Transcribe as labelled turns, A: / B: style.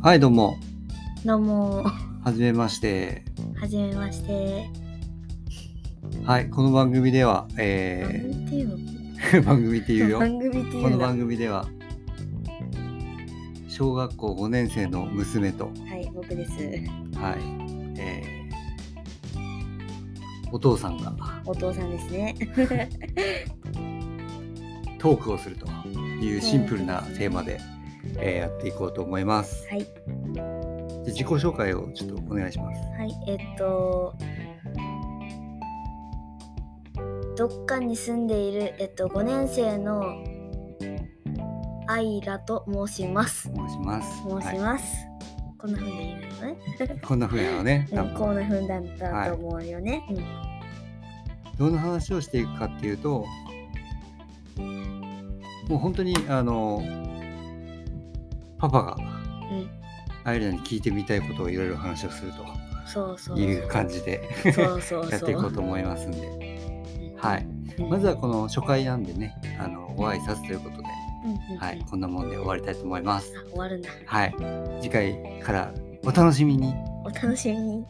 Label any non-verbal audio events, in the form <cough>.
A: はい、どうも。
B: どうも、
A: はじめまして。
B: はじめまして。
A: はい、この番組では、
B: 番組
A: え
B: っていう
A: ー、 <laughs> 番組っていう
B: の
A: よ。
B: 番組ってい
A: この
B: うのは
A: 番組では、小学校5年生の娘と、
B: い、僕です。
A: はい、えー、お父さんが
B: お父さんですね。
A: トークをするというシンプルなテーマで、えーやっていこうと思います。
B: はい、
A: で自己紹介をちょっとお願いします。
B: はい、えっと、どっかに住んでいる、えっと、5年生のアイラと申します。
A: 申します。
B: 申し
A: は
B: ます。こんな風に言うのね。
A: い、こんな風なのね。
B: うん、こんな風だった
A: はい
B: と思うよね。うん
A: どんな話をしていくかっていうともう本当にあのパパが
B: うん、
A: アイリナに聞いてみたいことをいろいろ話をする
B: そうそうそ
A: と
B: う。
A: いう感じで
B: そうそ
A: <laughs>
B: う
A: やっ
B: そ
A: ていこう
B: う。
A: と思いますんで、はい、
B: うん
A: まずはこの初回なんでねあのご挨拶ということで、
B: うんうんうん
A: はい、こんなもんで終わりたいと思います。
B: あ終わるんだ。
A: はい、次回からお楽しみに
B: お楽しみに。